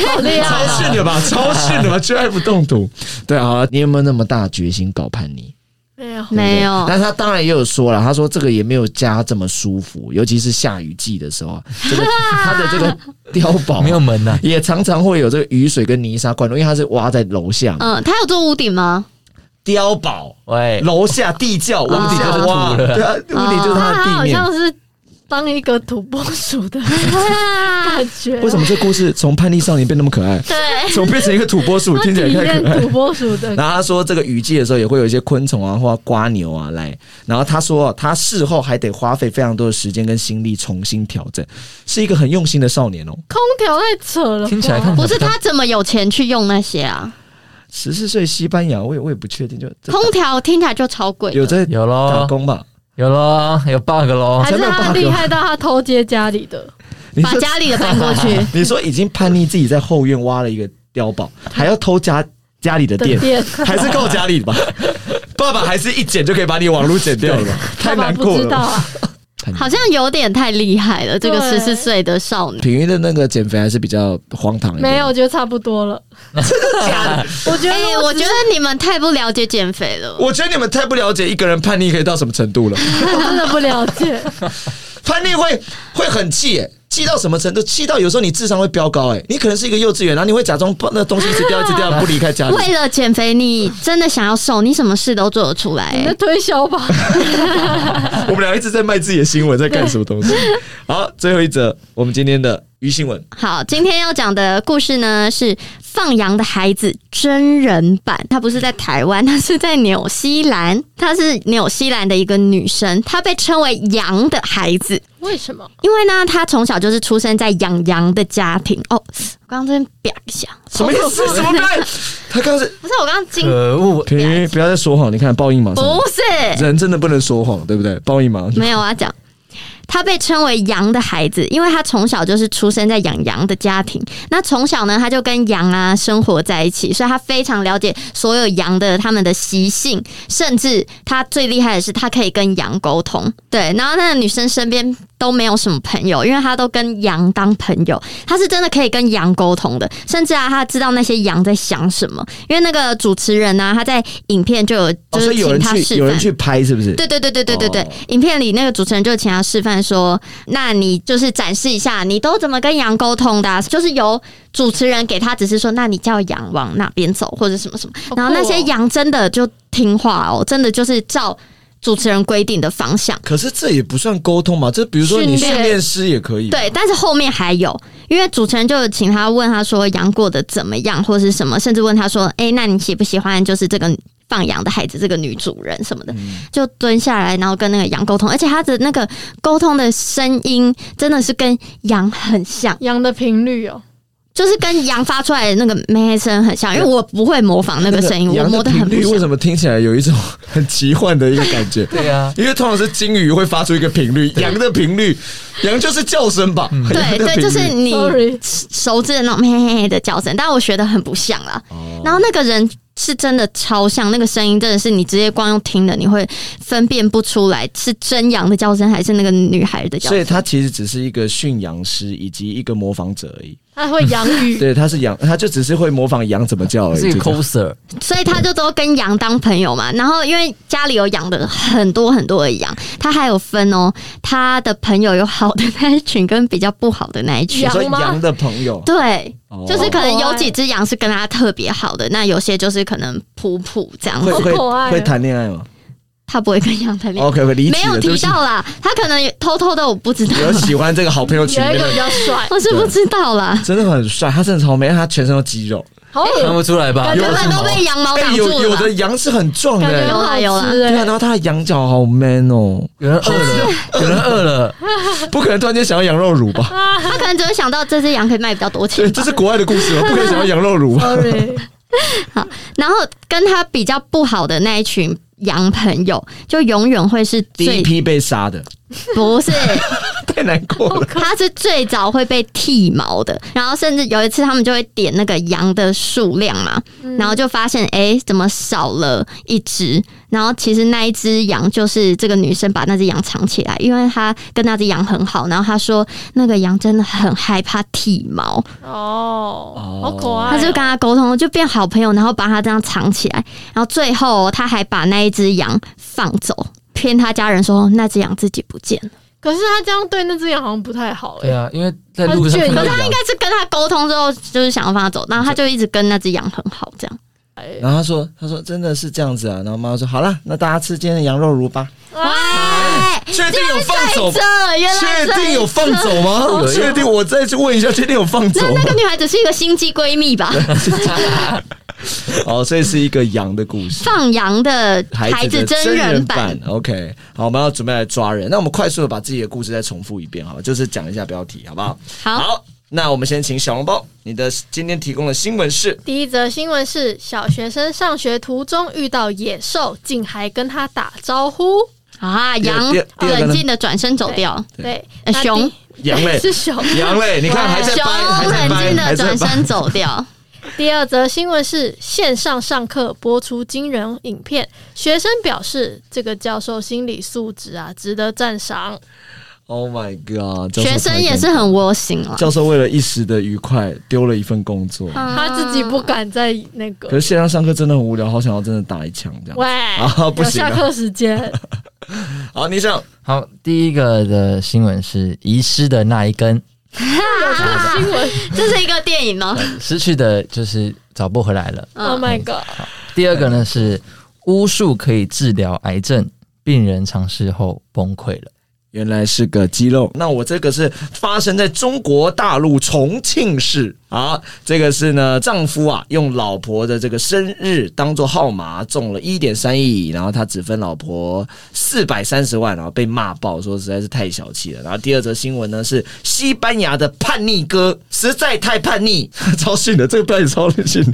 好厉 害
超
啊！
逊了吧？超逊了吧？居然不动土，对啊，好了你有没有那么大的决心搞叛逆？
没有，
对不对
没有
但他当然也有说了，他说这个也没有家这么舒服，尤其是下雨季的时候啊，这个他的这个碉堡啊
没有门呐，
也常常会有这个雨水跟泥沙灌入，因为它是挖在楼下嘛。
嗯，他有做屋顶吗？
碉堡
喂，
楼下地窖，屋顶就是挖，
哦
对啊，屋顶就是它的
他
地
啊好
面。
像是当一个土拨鼠的感觉，
为什么这故事从叛逆少年变那么可爱？
对，
怎么变成一个土拨鼠？
他
听起
体
来太
验
可爱。
土拨 鼠的
然后他说，这个雨季的时候也会有一些昆虫啊或瓜牛啊来。然后他说，他事后还得花费非常多的时间跟心力重新调整，是一个很用心的少年哦。
空调太扯了吧，
听起来看
不是他怎么有钱去用那些啊？
十四岁西班牙，我也我也不确定，就这
空调听起来就超贵的，
有在
有
打
咯，
工吧？
有咯，有 bug
哎
咯，
还是
真的有 bug
他
哦
厉害到他偷接家里的。
你
把
说
家里的搬 过去。
你说已经叛逆，自己在后院挖了一个碉堡，还要偷家家里的
的
电，
电
还是够家里 的吧？爸爸还是一剪就可以把你网路剪掉了吧，太
爸爸
难
不
过
知
了
道
吧。
啊，
太难
好像有点太厉害了，这个
对
十四岁的少女。
品瑜的那个减肥还是比较荒唐一点，
没有，我觉得差不多了。 真的假的？我觉
哎、
得啊我
我
只
觉
是，
得你们太不了解减肥了。
我觉得你们太不了解一个人叛逆可以到什么程度了。
我真的不了解。
叛逆会会很气、欸，气到什么程度？气到有时候你智商会飙高、欸，你可能是一个幼稚园，然后你会假装把那东西一直掉，一直掉，不离开家 里。
为了减肥，你真的想要瘦，你什么事都做得出来、
你在
哎
推销吧？
我们俩一直在卖自己的新闻，在干什么 东西？好，最后一则，我们今天的鱼新闻。
好，今天要讲的故事呢是《放羊的孩子》真人版，它不是在台湾，它是在纽西兰，她是纽西兰的一个女生，她被称为“羊的孩子”。
为什么？
因为呢，她从小就是出生在养羊的家庭哦。我刚刚这边表一下，哦
什么意思？ 什么概念？他刚才
不是我刚刚惊，
可恶，
品瑜不要再说谎，你看报应马上来
不是，
人真的不能说谎，对不对？报应马上就哦
没有，我要讲，他被称为羊的孩子，因为他从小就是出生在养羊的家庭。那从小呢，他就跟羊啊生活在一起，所以他非常了解所有羊的他们的习性，甚至他最厉害的是，他可以跟羊沟通。对，然后那个女生身边都没有什么朋友，因为她都跟羊当朋友，她是真的可以跟羊沟通的，甚至啊，她知道那些羊在想什么。因为那个主持人呢、他在影片就有就
哦，所
是
以有
请
人
他
去
示
有
范
人。去拍，是不是？
对对对对对对对，
哦
影片里那个主持人就请他示范说，那你就是展示一下你都怎么跟羊沟通的啊、就是由主持人给他只是说，那你叫羊往哪边走或者什么什么，
好
然后那
酷哦
些羊真的就听话哦，真的就是照主持人规定的方向。
可是这也不算沟通嘛，这比如说你
训
训
练
练师也可以。
对，，但是后面还有，因为主持人就有请他问他说羊过得怎么样，或是什么，甚至问他说，哎、那你喜不喜欢就是这个放羊的孩子，这个女主人什么的，
嗯
就蹲下来，然后跟那个羊沟通，而且他的那个沟通的声音真的是跟羊很像，
羊的频率哦，
就是跟羊发出来的那个咩声很像，因为我不会模仿那个声音，我
羊
摸
的
得很
频率
不
为
像。
什么听起来有一种很奇幻的一个感 觉？
对啊，
因为通常是金鱼会发出一个频率，羊的频率，羊就是叫声吧？
嗯对对，就是 你
Sorry
熟知的那种嘿嘿嘿的叫声，但我学的很不像啦。
哦
然后那个人是真的超像，那个声音真的是你直接光用听的，你会分辨不出来是真羊的叫声还是那个女孩的叫
所
声。
以它其实只是一个驯羊师以及一个模仿者而已。
它会养鱼，
对，它是羊，它就只是会模仿羊怎么叫而已。
是一
就
个
这样
coser，
所以他就都跟羊当朋友嘛。然后因为家里有养的很多很多的羊，他还有分哦，他的朋友有好的那一群跟比较不好的那一 群
你。说
羊吗
羊的朋友，
对，
哦
就是可能有几只羊是跟他特别好的，那有些就是可能普普这样子
会。会
好可爱哦
会谈恋爱吗哦
他不会跟羊谈恋爱。
？OK，离题
没有
了对
提
不起
到啦，他可能有偷偷的，我不知道，
有喜欢这个好朋友群
有
里
一
面
个比
的，
较 帅，
我是不知道啦。
真的很帅，他真的超美，因为他全身都肌肉。
好
看
恶
不出来吧？
感觉
原本都被羊毛
哎、
挡住
有有
了吧
的。羊是很壮的、
感觉
有啦
很
有啦
好吃
对啊，然
哎，
后它的羊角好 man 哦，
有人饿了，有人饿 了，
不可能突然间想要羊肉乳吧？
他可能只会想到这只羊可以卖比较多
对，
钱。
这是国外的故事吧？不可能想要羊肉 乳吧？
Sorry，
然后跟他比较不好的那一群羊朋友，就永远会是
第一
最
批被杀的，
不是，
太难过了。
他是最早会被剃毛的。然后甚至有一次他们就会点那个羊的数量嘛，
嗯
然后就发现哎、诶怎么少了一只？然后其实那一只羊就是这个女生把那只羊藏起来，因为她跟那只羊很好。然后她说那个羊真的很害怕剃毛，
嗯哦，好可爱哦，
她就跟他沟通，就变好朋友，然后把它这样藏起来。然后最后她还把那一只羊放走，骗她家人说那只羊自己不见了。
可是他这样对那只羊好像不太好
对
哎，
啊，因为在路上
很
看
卷
到
可
羊，
但是跟他沟通之后，就是想要放他走，然后他就一直跟那只羊很好，这样。
然后他说：“他说真的是这样子啊。”然后妈妈说：“好啦，那大家吃今天的羊肉乳吧。
哎，”
确定有放走？
这原来
确
这
定有放走吗？
这
确定？我再去问一下，确定有放走
那
吗
那？个女孩只是一个心机闺蜜吧？
哦，所以是一个羊的故事。
放羊的
孩
孩
子的
子真人
人
版。
OK，好，我们要准备来抓人。那我们快速的把自己的故事再重复一遍，好吧？就是讲一下标题，好不好？
好，
好，那我们先请小笼包，你的今天提供的新闻是
第一则新闻是小学生上学途中遇到野兽，竟还跟他打招呼。
啊，
第二
羊
第二第二个呢
冷静的转身走掉，
对，
呃
那第
熊
杨磊，
是熊。
杨磊，你看还在
熊
掰，还在
冷
掰，
静
还在
的转
掰
身。走 掉。
第二则新闻是线上上课播出惊人影片，学生表示这个教授心理素质啊值得赞赏。
Oh my god！教授
学生也是很窝心啊了，
教授为了一时的愉快丢了一份工作，
嗯
他自己不敢再那
可
个
是线上上课真的很无聊，好想要真的打一枪这样。
喂，
啊不
有
行啊
下课时间，
好，你想
好，第一个的新闻是遗失的那一根，
有这个新闻。
这是一个电影哦吗？
失去的就是找不回来了。
Oh my god！
第二个呢是巫术可以治疗癌症，病人尝试后崩溃了。
原来是个肌肉，那我这个是发生在中国大陆重庆市。好，这个是呢，丈夫啊用老婆的这个生日当做号码中了一点三亿，然后他只分老婆四百三十万，然后被骂爆，说实在是太小气了。然后第二则新闻呢是西班牙的叛逆哥实在太叛逆， 超逊的，这个标题超逊的。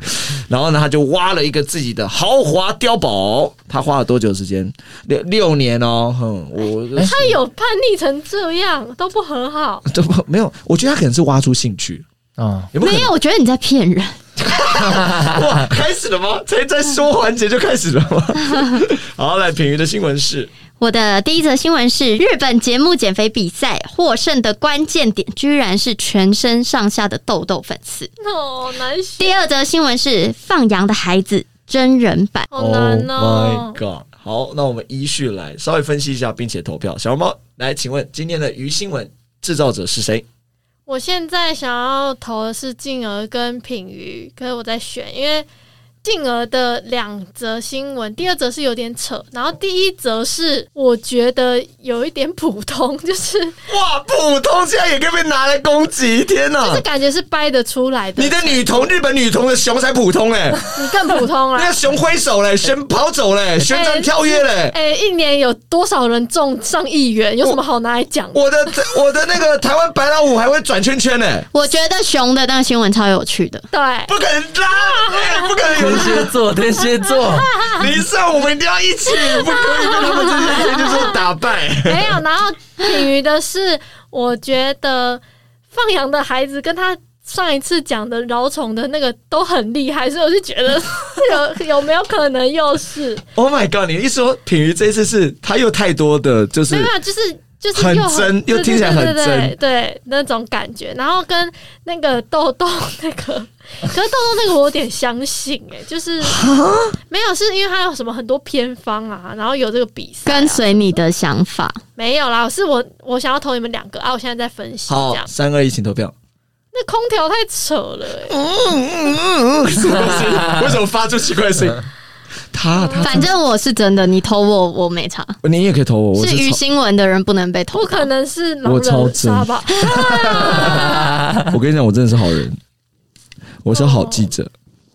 然后呢，他就挖了一个自己的豪华碉堡，他花了多久时间？六六年哦，哼、我我
他有叛逆成这样都不和好，
都不没有，我觉得他可能是挖出兴趣，
啊，
有没有可能？
没有，我觉得你在骗人。
哇，开始了吗？才在说环节就开始了吗？ 好，来品瑜的新闻是
我的第一则新闻是日本节目减肥比赛获胜的关键点，居然是全身上下的痘痘粉刺。
哦，难选，
第二则新闻是放羊的孩子真人版。
好难
Oh
哦
my。God！好，那我们依序来稍微分析一下，并且投票。小猫来，请问今天的鱼新闻制造者是谁？
我现在想要投的是静儿跟品瑜，可是我在选，因为静儿的两则新闻，第二则是有点扯，然后第一则是我觉得有一点普通， 就是
哇，普通竟然也可以被拿来攻击！天
就
哪
是，感觉是掰得出来
啊
的，
你的女童，日本女童的熊才普通哎、
你更普通
那
啦
个。熊挥手 嘞，旋跑走嘞，旋转跳跃嘞。
哎、一年有多少人中上亿元？有什么好拿来讲的？
我的我的那个台湾白老虎还会转圈哎圈呢、
我觉得熊的那个新闻超有趣的，
对，
不可能啦，哎不可能有
天蝎座，天蝎座，
你上我们一定要一起，不可以被他们这些就是打败。
没有。然后 品瑜的是，我觉得放羊的孩子跟他上一次讲的饶宠的那个都很厉害，所以我就觉得 有有没有可能又是
Oh my god！你一说品瑜这一次是他又太多的，就是
没有啊，就是。就是
很
又
真
对
又听起来很
对对对对
真
对那种感觉，然后跟那个豆豆那个， 可是豆豆那个我有点相信哎、就是没有是因为他有什么很多偏方啊，然后有这个比赛啊、
跟随你的想法。
没有啦，是我我想要投你们两个啊，我现在在分析这
好
样。
三二一，请投 票。
那空调太扯了、欸，
什么东西？为什么发出奇怪的声音？他他，
反正我是真的，你投我我没差。
你也可以投我，我
是
是
于
超，
新闻的人不能被投
不
到，
可能是
我
狼
超
人杀吧？
我跟你讲，我真的是好人，我是好记者。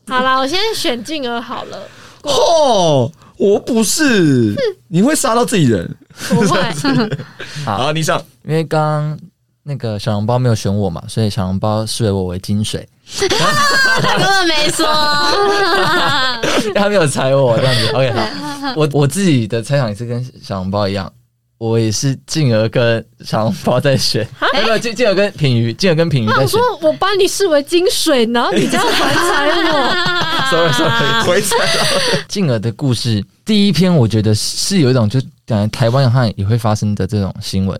好啦，我先选静儿好 了，
哦，我不是，你会杀到自己人。
不会，
好
好，你上。
因为刚刚那个小笼包没有选我嘛，所以小笼包视为我为金水，
他根本没说。
他没有踩我这样子。OK，好，我我自己的猜想也是跟小笼包一样，我也是进而跟小笼包在选，没有没有进进而跟品瑜，进而跟品瑜
我
在
想
选
说。我把你视为金水，然后你这样反踩我，
Sorry Sorry，
回踩
进而的故事第一篇，我觉得是有一种就感觉台湾好像也会发生的这种新闻，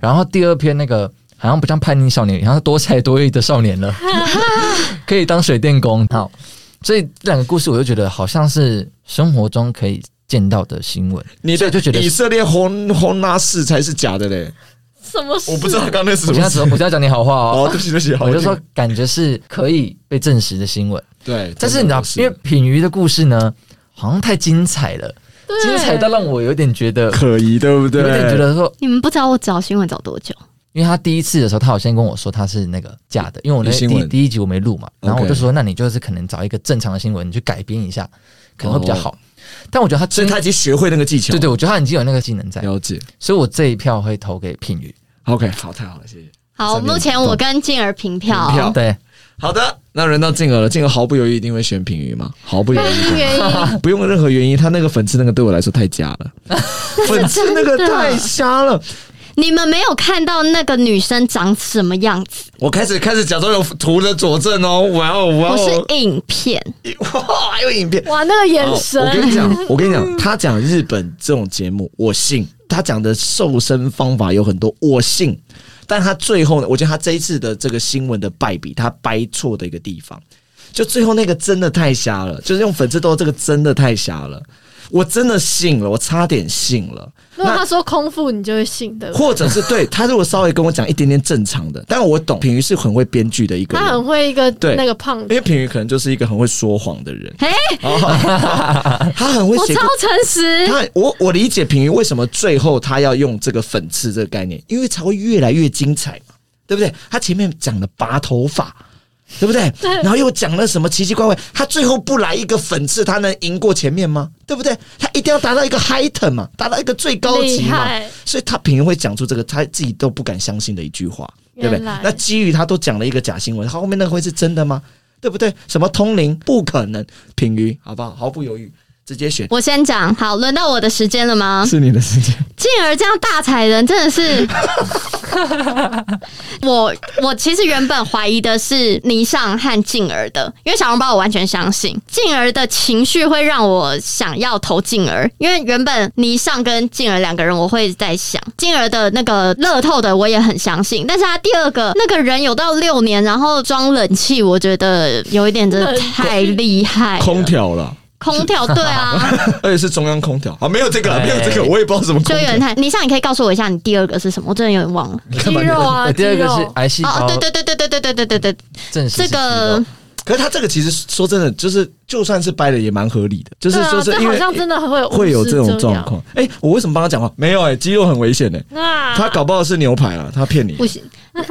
然后第二篇那个好像不像叛逆少年，好像是多才多艺的少 年了，可以当水电工。好，所以这两个故事我就觉得好像是生活中可以见到的新闻，
你
所
的
以就觉得
以色列轰轰拉式才是假的嘞，
什么事？
我不知道刚刚那是什
我现
么
在
事
只。我现在讲你好话
哦，
哦，
对不起对不起，好
我就说感觉是可以被证实的新闻，
对，
但是你知道，因为品瑜的故事呢，好像太精彩了，
对
精彩到让我有点觉得。
可疑，对不对？
有点觉得说，
你们不知道我找新闻找多久？
因为他第一次的时候，他好像跟我说他是那个假的，因为我那
有新
第
闻
第一集我没录嘛，然后我
OK
就说，那你就是可能找一个正常的新闻，你去改编一下，可能会比较好。但我觉得他
哦所
真
以他已经学会那个技巧，
对对，我觉得他已经有那个技能在，
了解。
所以我这一票会投给品宇。
OK，好，太好了，谢谢。
好，
上面
目前我跟静儿平票。
平票好
对，
好的，那轮到静儿了，静儿毫不犹豫一定会选品鱼吗？毫不犹
原因
豫，
原因，
不用任何原因，他那个粉刺那个对我来说太假 了，粉刺那个太瞎了。
你们没有看到那个女生长什么样子？
我开始开始假装有图的佐证哦，哇哦哇
我
哦
是，影片，
哇还有影片，
哇，那个眼神，
哦我跟你 讲，我跟你讲，他讲日本这种节目，我信。他讲的瘦身方法有很多，我信。但他最后呢，我觉得他这一次的这个新闻的败笔，他掰错的一个地方，就最后那个真的太瞎了，就是用粉刺豆这个真的太瞎了。我真的信了，我差点信了。
如果他说空腹，你就会信的。
或者是对他如果稍微跟我讲一点点正常的，但我懂品瑜是很会编剧的一个
他很
人，
会一个
对
那个胖
因
子，
为品瑜可能就是一个很会说谎的人，哦
哎、
他很会
我
写故
超诚实。
他我我理解平云为什么最后他要用这个粉刺这个概念，因为才会越来越精彩嘛，对不对？他前面讲了拔头发，对不对？然后又讲了什么奇奇怪怪，他最后不来一个粉刺，他能赢过前面吗？对不对？他一定要达到一个 high turn 嘛，达到一个最高级
厉
嘛。
害，
所以他平时会讲出这个他自己都不敢相信的一句话，对不对？
原来
那基于他都讲了一个假新闻，他后面那个会是真的吗？对不对？什么通灵不可能，品鱼好不好？毫不犹豫直接选，
我先讲，好，轮到我的时间了 吗？
是你的时间。
进而这样大踩人，真的是。我我其实原本怀疑的是倪尚和静儿的，因为小笼包我完全相信静儿的情绪会让我想要投静儿，因为原本倪尚跟静儿两个人我会在想静儿的那个乐透的我也很相信，但是他第二个那个人有到六年，然后装冷气，我觉得有一点真的
冷气
太厉害了，
调了，
空调对啊，
而且是中央空调啊，没有这个，
哎
没有这个，我也不知道什么空
就有点
调。
太倪尚，你可以告诉我一下你第二个是什么？我真的有点忘了。
你
肌
看吧，你
肉啊，
我
肌
第二个是
肉，
癌细
哦，
胞
对，对对对对对对对对对，
证实
这
是
个
肌
可是他这个其实说真的，就是就算是掰的也蛮合理的，就是
对啊，
说是
这
因
好
为
像真的会有
会有
巫
这
师
种状
样。啊
况。哎，我为什么帮他讲话？没有哎，肌肉很危险的，
那
他搞不好是牛排啊，他骗你。
不行，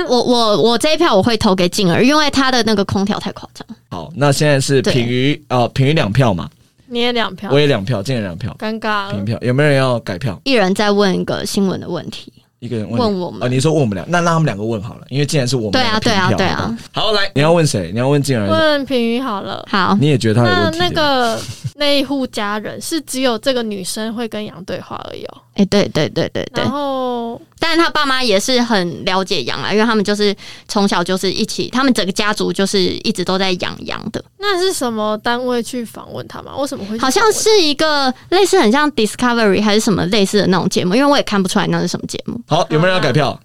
我我我这一票我会投给静儿，因为她的那个空调太夸张。
好，那现在是
对
平于啊，平于两票嘛，
你也两票
我，也两票，竟然两票，
尴尬
平
了。
票。有没有人要改票？
一人在问一个新闻的问题，
一个人问
问我们
啊？你说问我们俩，那让他们两个问好了，因为既然是我们
对啊
两个平票
对啊
好不好好，来，你要问谁？你要问静儿，
问平宇好了，
好，
你也觉得他有
那
哎问题？
那个那一户家人是只有这个女生会跟杨对话而已哦。
哎、对对对对对
然，后
但是他爸妈也是很了解羊啊，因为他们就是从小就是一起，他们整个家族就是一直都在养羊的，
那是什么单位去访问他吗？为什么会去
好
访
像
问
是一个类似很像 Discovery 还是什么类似的那种节目，因为我也看不出来那是什么节目。
好，有没有人要改票？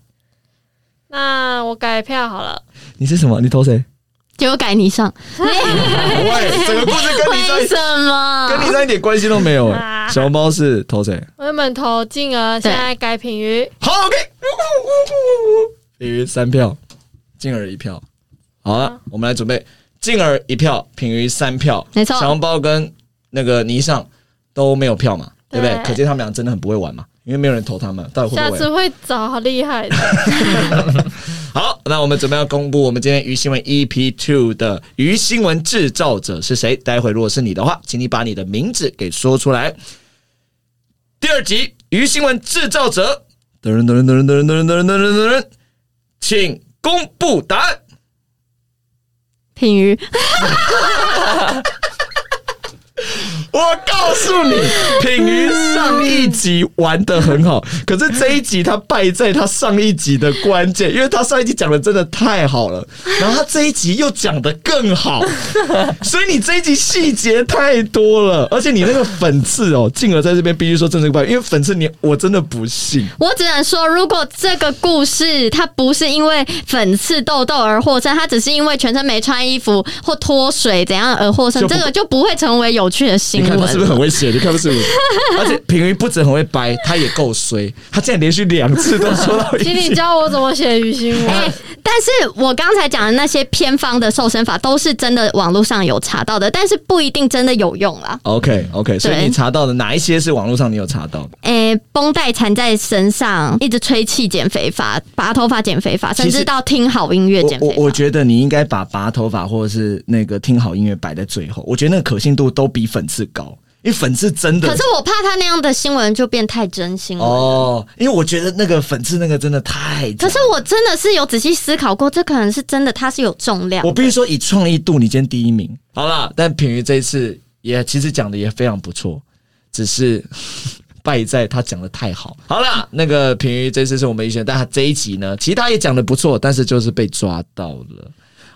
那我改票好了，
你是什么？你投谁？
结果改你上，
喂，整个故事跟你在
为什么？
跟你在一点关系都没有哎。
啊
小红包是投谁？
我原本投静儿，
对
现在改品鱼。
好，OK，平于三票，静儿一票。好了，我们来准备，静儿一票，平于三票，
没错
小红包跟那个倪尚都没有票嘛，对不对？
对
可见他们俩真的很不会玩嘛，因为没有人投他们，到底会
下
不
次
会？
会找好厉害的，
好，那我们准备要公布我们今天鱼新闻 EP Two 的鱼新闻制造者是谁？待会如果是你的话，请你把你的名字给说出来。第二集鱼新闻制造者，噔噔噔噔噔噔噔噔噔噔，请公布答案。
品鱼，
我告诉你，品瑜上一集玩的很好，可是这一集他败在他上一集的关键，因为他上一集讲的真的太好了，然后他这一集又讲的更好，所以你这一集细节太多了，而且你那个粉刺哦，进而在这边必须说正正怪，因为粉刺你我真的不信，
我只能说，如果这个故事它不是因为粉刺痘痘而获胜，它只是因为全身没穿衣服或脱水怎样而获胜
就，不
这个就不会成为有趣的
你
新
看他是不是
闻。
很会写？你看不是不是？而且品瑜不止很会掰，他也够衰，他竟然连续两次都说到 一
请你
起。
教我怎么写鱼新
哎、
闻。
但是我刚才讲的那些偏方的瘦身法都是真的，网络上有查到的，但是不一定真的有用啦。
OK OK，所以
对
你查到的哪一些是网络上你有查到的？
哎、绷带缠在身上，一直吹气减肥法，拔头发减肥法，甚
其实
至到听好音乐
我
减肥
我
法。
我觉得你应该把拔头发或者是那个听好音乐摆在最后，我觉得那个可信度都比粉刺高，因为粉刺真的
可是我怕他那样的新闻就变太真新闻。
哦，因为我觉得那个粉刺那个真的太假
可是我真的是有仔细思考过，这可能是真的，它是有重量。
我必须说以创意度，你今天第一名，好啦，但品瑜这一次也其实讲的也非常不错，只是 败在他讲的太好。好啦，那个品瑜这次是我们一选，但他这一集呢，其实他也讲的不错，但是就是被抓到了。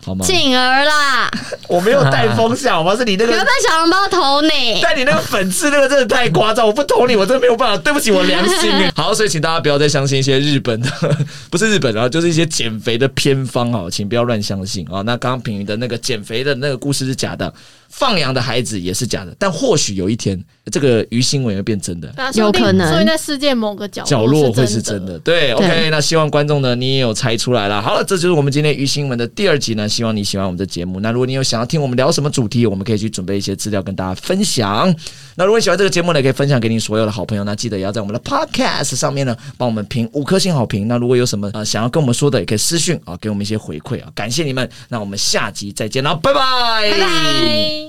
好吗？
静儿啦，
我没有带风向，好吗？是你那个
原本小笼包投你，
但你那个粉刺那个真的太夸张，我不投你，我真的没有办法，对不起我良心哎。好，所以请大家不要再相信一些日本的，不是日本啊，就是一些减肥的偏方哦，请不要乱相信啊、哦。那刚刚平云的那个减肥的那个故事是假的。放羊的孩子也是假的，但或许有一天，这个鱼新闻会变真的。
对啊，
有
说不定
可能
说不定在世界某个角
角落会是
是
真的，
的。
对，OK，
对
那希望观众呢，你也有猜出来了。好了，这就是我们今天鱼新闻的第二集呢，希望你喜欢我们的节目。那如果你有想要听我们聊什么主题，我们可以去准备一些资料跟大家分享。那如果你喜欢这个节目呢，可以分享给你所有的好朋友。那记得也要在我们的 Podcast 上面呢，帮我们评五颗星好评。那如果有什么呃想要跟我们说的，也可以私讯啊，给我们一些回馈啊，感谢你们。那我们下集再见啦，拜拜，
拜拜。